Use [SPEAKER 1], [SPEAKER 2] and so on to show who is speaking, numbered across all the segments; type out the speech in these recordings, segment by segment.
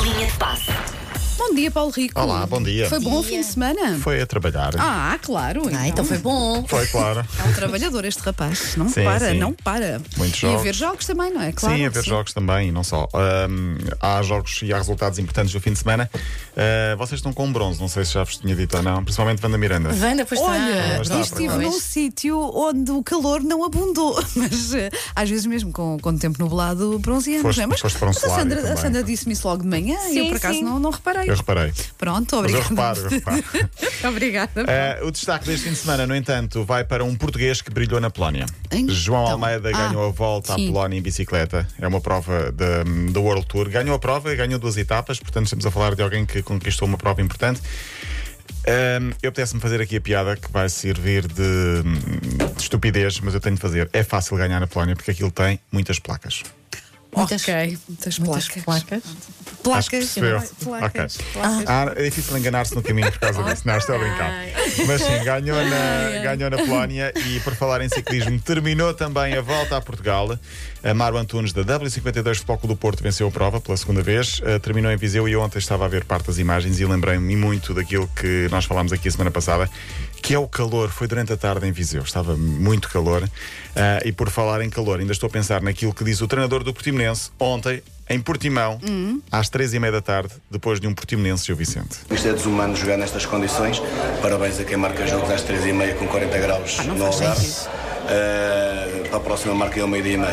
[SPEAKER 1] Linha de passe.
[SPEAKER 2] Bom dia, Paulo Rico.
[SPEAKER 3] Olá, bom dia.
[SPEAKER 2] Foi bom o fim de semana?
[SPEAKER 3] Foi a trabalhar.
[SPEAKER 2] Ah, claro.
[SPEAKER 1] Ah, então foi bom.
[SPEAKER 3] Foi, claro.
[SPEAKER 2] É um trabalhador este rapaz. Não
[SPEAKER 3] Sim,
[SPEAKER 2] para,
[SPEAKER 3] sim.
[SPEAKER 2] não para.
[SPEAKER 3] Muitos
[SPEAKER 2] E a
[SPEAKER 3] jogos.
[SPEAKER 2] ver jogos também, não é? Claro.
[SPEAKER 3] sim, a ver jogos também, e não só. Ahm, há jogos e há resultados importantes do fim de semana. Ah, vocês estão com bronze, não sei se já vos tinha dito ou não, principalmente Vanda Miranda.
[SPEAKER 1] Vanda, pois
[SPEAKER 2] Olha,
[SPEAKER 3] Mas
[SPEAKER 2] eu
[SPEAKER 3] está,
[SPEAKER 2] estive
[SPEAKER 3] pois.
[SPEAKER 2] num sítio onde o calor não abundou, mas eh, às vezes mesmo com, com o tempo nublado bronzeamos,
[SPEAKER 3] Foste-
[SPEAKER 2] não é? Mas,
[SPEAKER 3] foste para um
[SPEAKER 2] mas a
[SPEAKER 3] solário
[SPEAKER 2] Sandra, a
[SPEAKER 3] também.
[SPEAKER 2] Sandra disse-me isso logo de manhã e eu
[SPEAKER 1] Sim,
[SPEAKER 2] por acaso
[SPEAKER 1] sim.
[SPEAKER 2] não, não reparei.
[SPEAKER 3] Eu reparei.
[SPEAKER 2] Pronto,
[SPEAKER 3] Mas eu
[SPEAKER 2] obrigada.
[SPEAKER 3] reparo, eu reparo.
[SPEAKER 2] obrigada.
[SPEAKER 1] É,
[SPEAKER 3] Ah, o destaque deste fim de semana, no entanto, vai para um português que brilhou na Polónia.
[SPEAKER 2] Então.
[SPEAKER 3] João Almeida
[SPEAKER 2] Ah,
[SPEAKER 3] ganhou a volta
[SPEAKER 2] sim.
[SPEAKER 3] à Polónia em bicicleta. É uma prova da da World Tour. Ganhou a prova e ganhou duas etapas, portanto, estamos a falar de alguém que conquistou uma prova importante. Ahm, eu pudesse-me fazer aqui a piada que vai servir de, de estupidez, mas eu tenho de fazer. É fácil ganhar na Polónia porque aquilo tem muitas placas.
[SPEAKER 1] Muitas-
[SPEAKER 2] ok, muitas,
[SPEAKER 1] Muitas
[SPEAKER 2] placas.
[SPEAKER 1] placas.
[SPEAKER 3] Acho
[SPEAKER 2] Placas,
[SPEAKER 3] que
[SPEAKER 2] é?
[SPEAKER 3] percebeu.
[SPEAKER 2] placas,
[SPEAKER 3] Ok.
[SPEAKER 2] placas.
[SPEAKER 3] Ah, é difícil enganar-se no caminho por causa disso. Não, estou a brincar. Mas sim, ganhou na, ganhou na Polónia e, por falar em ciclismo, terminou também a volta a Portugal. Amaro Antunes, da W52 Futebol Clube do Porto, venceu a prova pela segunda vez. Eh, Terminou em Viseu e eu ontem estava a ver parte das imagens e lembrei-me muito daquilo que nós falámos aqui a semana passada, que é o calor. Foi durante a tarde em Viseu, estava muito calor. Ah, e por falar em calor, ainda estou a pensar naquilo que disse o treinador do Portimonense ontem, em Portimão,
[SPEAKER 2] Hum.
[SPEAKER 3] às três e meia da tarde, depois de um Portimonense e o Vicente.
[SPEAKER 4] Isto é desumano jogar nestas condições. Parabéns a quem marca jogos às 3h30 com 40 graus
[SPEAKER 2] Ah, não
[SPEAKER 4] no
[SPEAKER 2] faz
[SPEAKER 4] Algarve.
[SPEAKER 2] sentido.
[SPEAKER 4] Eh, para a próxima marca é ao meio-dia e meia.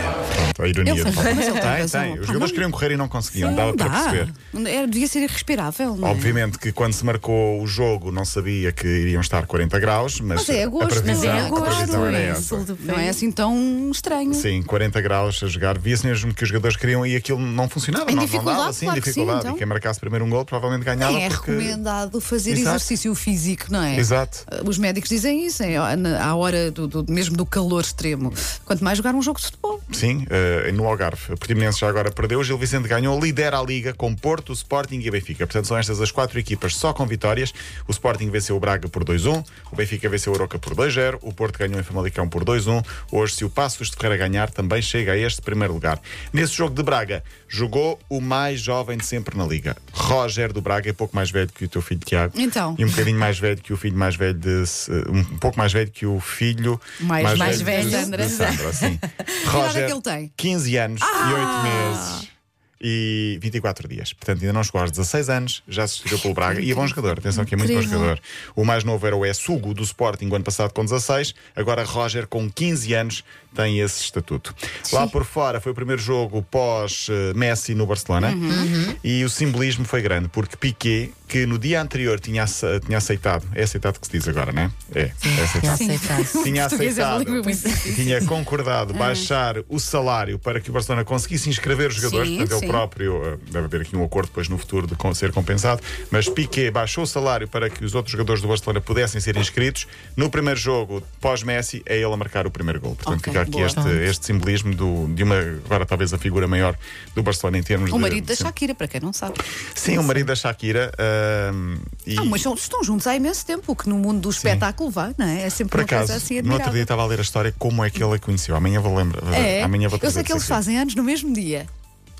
[SPEAKER 3] Pronto, a ironia
[SPEAKER 2] Ele
[SPEAKER 3] de
[SPEAKER 2] foi
[SPEAKER 3] falar.
[SPEAKER 2] bem, mas ele tem razão.
[SPEAKER 3] Tem, tem.
[SPEAKER 2] Pá,
[SPEAKER 3] Os jogadores
[SPEAKER 2] não-
[SPEAKER 3] queriam correr e não conseguiam,
[SPEAKER 2] Não
[SPEAKER 3] dava
[SPEAKER 2] dá. Hum.
[SPEAKER 3] para perceber.
[SPEAKER 2] Era- devia ser irrespirável. não é?
[SPEAKER 3] Obviamente que quando se marcou o jogo não sabia que iriam estar 40 graus, mas,
[SPEAKER 2] Mas é
[SPEAKER 3] a
[SPEAKER 2] agosto,
[SPEAKER 3] previsão,
[SPEAKER 2] mas é
[SPEAKER 3] a
[SPEAKER 2] agosto.
[SPEAKER 3] previsão era
[SPEAKER 2] é
[SPEAKER 3] essa.
[SPEAKER 2] sul do país. Não é assim tão estranho.
[SPEAKER 3] Sim, 40 graus a jogar. Via-se mesmo que os jogadores queriam e aquilo não funcionava.
[SPEAKER 2] Em
[SPEAKER 3] não, não
[SPEAKER 2] dificuldade,
[SPEAKER 3] dava, sim,
[SPEAKER 2] claro que sim,
[SPEAKER 3] dificuldade.
[SPEAKER 2] então.
[SPEAKER 3] E quem marcasse primeiro um gol provavelmente ganhava.
[SPEAKER 2] É
[SPEAKER 3] porque...
[SPEAKER 2] recomendado fazer
[SPEAKER 3] Exato.
[SPEAKER 2] exercício físico, não é?
[SPEAKER 3] Exato.
[SPEAKER 2] Os médicos dizem isso, é, na- à hora do, do- mesmo do calor extremo. Quanto mais jogar um jogo de futebol.
[SPEAKER 3] Sim, eh, no Algarve. O Portimonense já agora perdeu, o Gil Vicente ganhou, lidera a Liga com Porto, Sporting e Benfica. Portanto, são estas as quatro equipas só com vitórias. O Sporting venceu o Braga por 2-1, o Benfica venceu o Oroca por 2-0, o Porto ganhou em Famalicão por 2-1. Hoje, se o Passos de Ferreira ganhar, também chega a este primeiro lugar. Nesse jogo de Braga, jogou o mais jovem de sempre na Liga. Roger do Braga é pouco mais velho que o teu filho Tiago.
[SPEAKER 2] Então.
[SPEAKER 3] E um bocadinho mais velho que o filho mais velho de... se- Um pouco mais velho que o filho...
[SPEAKER 2] Mais- mais
[SPEAKER 3] de-
[SPEAKER 2] velho,
[SPEAKER 3] de
[SPEAKER 2] Sandra.
[SPEAKER 3] Sandra, sim.
[SPEAKER 2] idade é que ele tem? Ah!
[SPEAKER 3] 15 anos e 8 meses e 24 dias. Portanto, ainda não chegou aos 16 anos, já se estreou pelo Braga e é bom jogador. Atenção que é muito bom
[SPEAKER 2] Incrível.
[SPEAKER 3] jogador. O mais novo era o Essugo do Sporting o ano passado com 16, agora Roger com 15 anos tem esse estatuto. Lá por fora foi o primeiro jogo pós eh, Messi no Barcelona
[SPEAKER 2] Uhum.
[SPEAKER 3] e o simbolismo foi grande porque Piqué, que no dia anterior tinha, ace- tinha aceitado, é aceitado que se diz agora, não é? É, é aceitado tinha
[SPEAKER 2] Português é uma
[SPEAKER 3] aceitado,
[SPEAKER 2] língua muito Ah.
[SPEAKER 3] tinha concordado baixar o salário para que o Barcelona conseguisse inscrever os jogadores,
[SPEAKER 2] Sim,
[SPEAKER 3] portanto
[SPEAKER 2] sim.
[SPEAKER 3] ele próprio eh, deve haver aqui um acordo depois no futuro de con- ser compensado, mas Piqué baixou o salário para que os outros jogadores do Barcelona pudessem ser inscritos. No primeiro jogo, pós-Messi, é ele a marcar o primeiro gol. Portanto,
[SPEAKER 2] Ok,
[SPEAKER 3] fica aqui
[SPEAKER 2] boa.
[SPEAKER 3] este, este simbolismo do- de uma, agora talvez a figura maior do Barcelona em termos
[SPEAKER 2] O
[SPEAKER 3] de.
[SPEAKER 2] marido da
[SPEAKER 3] sim.
[SPEAKER 2] Shakira, para quem não sabe.
[SPEAKER 3] Sim, o marido da Shakira. ahm, e-
[SPEAKER 2] Ah, mas são- estão juntos há imenso tempo, que no mundo do espetáculo vá, não é? É sempre
[SPEAKER 3] Por
[SPEAKER 2] uma
[SPEAKER 3] acaso,
[SPEAKER 2] coisa assim
[SPEAKER 3] no outro
[SPEAKER 2] admirável.
[SPEAKER 3] dia estava a ler a história como é que ele a conheceu. Amanhã vou lembrar.
[SPEAKER 2] É,
[SPEAKER 3] Amanhã vou
[SPEAKER 2] eu
[SPEAKER 3] trazer
[SPEAKER 2] sei que eles
[SPEAKER 3] isso aqui.
[SPEAKER 2] fazem anos no mesmo dia.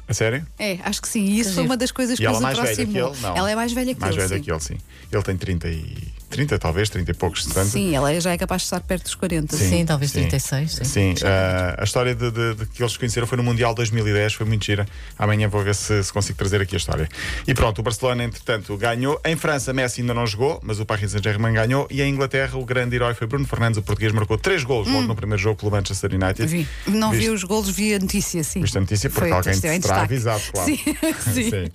[SPEAKER 3] A sério?
[SPEAKER 2] É, acho que sim. E isso foi uma das coisas
[SPEAKER 3] E
[SPEAKER 2] que
[SPEAKER 3] ela
[SPEAKER 2] os
[SPEAKER 3] mais velha que
[SPEAKER 2] aproximou.
[SPEAKER 3] ele? Não.
[SPEAKER 2] Ela é mais velha que
[SPEAKER 3] mais
[SPEAKER 2] ele.
[SPEAKER 3] velha
[SPEAKER 2] sim.
[SPEAKER 3] que ele, sim. Ele tem 30 e... 30, talvez, 30 e poucos, portanto.
[SPEAKER 2] Sim, ela já é capaz de estar perto dos 40.
[SPEAKER 1] Sim, talvez 36, sim.
[SPEAKER 3] ah, a história de, de- de que eles se conheceram foi no Mundial 2010, foi muito gira. Amanhã vou ver se, se consigo trazer aqui a história. E pronto, o Barcelona, entretanto, ganhou. Em França, Messi ainda não jogou, mas o Paris Saint-Germain ganhou. E em Inglaterra, o grande herói foi Bruno Fernandes, o português, marcou 3 gols logo no primeiro jogo pelo Manchester United.
[SPEAKER 2] Vi. Hum. Não vi
[SPEAKER 3] Viste?
[SPEAKER 2] os golos, vi a notícia, sim.
[SPEAKER 3] Viste a notícia porque
[SPEAKER 2] Foi,
[SPEAKER 3] alguém te
[SPEAKER 2] esteve em
[SPEAKER 3] terá
[SPEAKER 2] destaque.
[SPEAKER 3] avisado, claro.
[SPEAKER 2] Sim, sim.
[SPEAKER 3] Sim.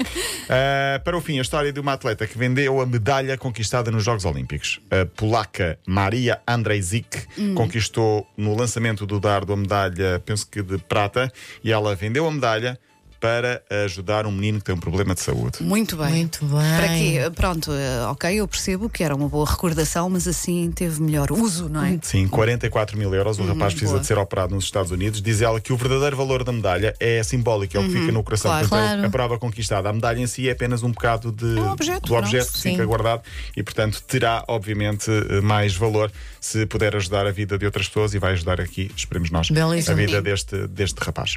[SPEAKER 3] Ah, para o fim, a história de uma atleta que vendeu a medalha conquistada nos Jogos Olímpicos. A polaca Maria Andrzejczyk
[SPEAKER 2] Hum.
[SPEAKER 3] conquistou no lançamento do dardo a medalha, penso que de prata, e ela vendeu a medalha para ajudar um menino que tem um problema de saúde.
[SPEAKER 2] Muito bem.
[SPEAKER 1] Muito bem.
[SPEAKER 2] Para quê? Pronto, eh, ok, eu percebo que era uma boa recordação, mas assim teve melhor uso, não é?
[SPEAKER 3] Sim, 44 mil euros. O rapaz precisa
[SPEAKER 2] boa.
[SPEAKER 3] de ser operado nos Estados Unidos. Diz ela que o verdadeiro valor da medalha é simbólico, é o que fica no coração.
[SPEAKER 2] claro.
[SPEAKER 3] Portanto, é o-
[SPEAKER 1] Claro.
[SPEAKER 3] a prova conquistada. A medalha em si é apenas um bocado de,
[SPEAKER 2] É um objeto,
[SPEAKER 3] do
[SPEAKER 2] não?
[SPEAKER 3] objeto que
[SPEAKER 1] Sim.
[SPEAKER 3] fica guardado e, portanto, terá, obviamente, eh, mais valor se puder ajudar a vida de outras pessoas e vai ajudar aqui, esperemos nós, a
[SPEAKER 1] Belíssimo.
[SPEAKER 3] vida deste, deste rapaz.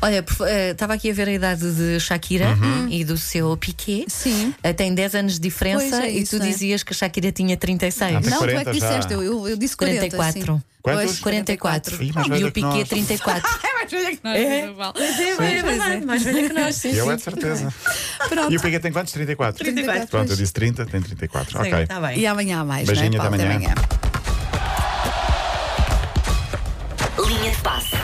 [SPEAKER 1] Olha, por fa- eh, estava aqui a ver a idade de Shakira
[SPEAKER 3] Uhum.
[SPEAKER 1] e do seu Piqué.
[SPEAKER 2] Uhum. Sim.
[SPEAKER 1] Eh, Tem 10 anos de diferença
[SPEAKER 2] Pois é isso,
[SPEAKER 1] e tu
[SPEAKER 2] é.
[SPEAKER 1] dizias que a Shakira tinha 36.
[SPEAKER 3] Ah, tem
[SPEAKER 2] Não, tu é
[SPEAKER 3] 40
[SPEAKER 2] que
[SPEAKER 3] já.
[SPEAKER 2] disseste, eu, eu, eu disse 40.
[SPEAKER 1] 44.
[SPEAKER 2] sim.
[SPEAKER 3] Quantos?
[SPEAKER 2] Pois,
[SPEAKER 1] 44.
[SPEAKER 3] Ih, mais
[SPEAKER 1] e
[SPEAKER 3] velha
[SPEAKER 1] o
[SPEAKER 3] é que nós.
[SPEAKER 1] Piqué 34.
[SPEAKER 2] É mais velha que nós,
[SPEAKER 1] É?
[SPEAKER 2] não vale.
[SPEAKER 1] é verdade, mais velha que nós. Sim,
[SPEAKER 3] E eu é de certeza.
[SPEAKER 2] Pronto.
[SPEAKER 3] E o Piquet tem quantos? 34?
[SPEAKER 2] 34.
[SPEAKER 3] Pronto, eu disse 30, tem 34.
[SPEAKER 5] Sim,
[SPEAKER 3] ok.
[SPEAKER 5] tá bem.
[SPEAKER 2] E amanhã há mais, é?
[SPEAKER 3] Beijinho,
[SPEAKER 2] né?
[SPEAKER 3] até
[SPEAKER 2] Paulo?
[SPEAKER 3] amanhã.
[SPEAKER 6] Linha de passe.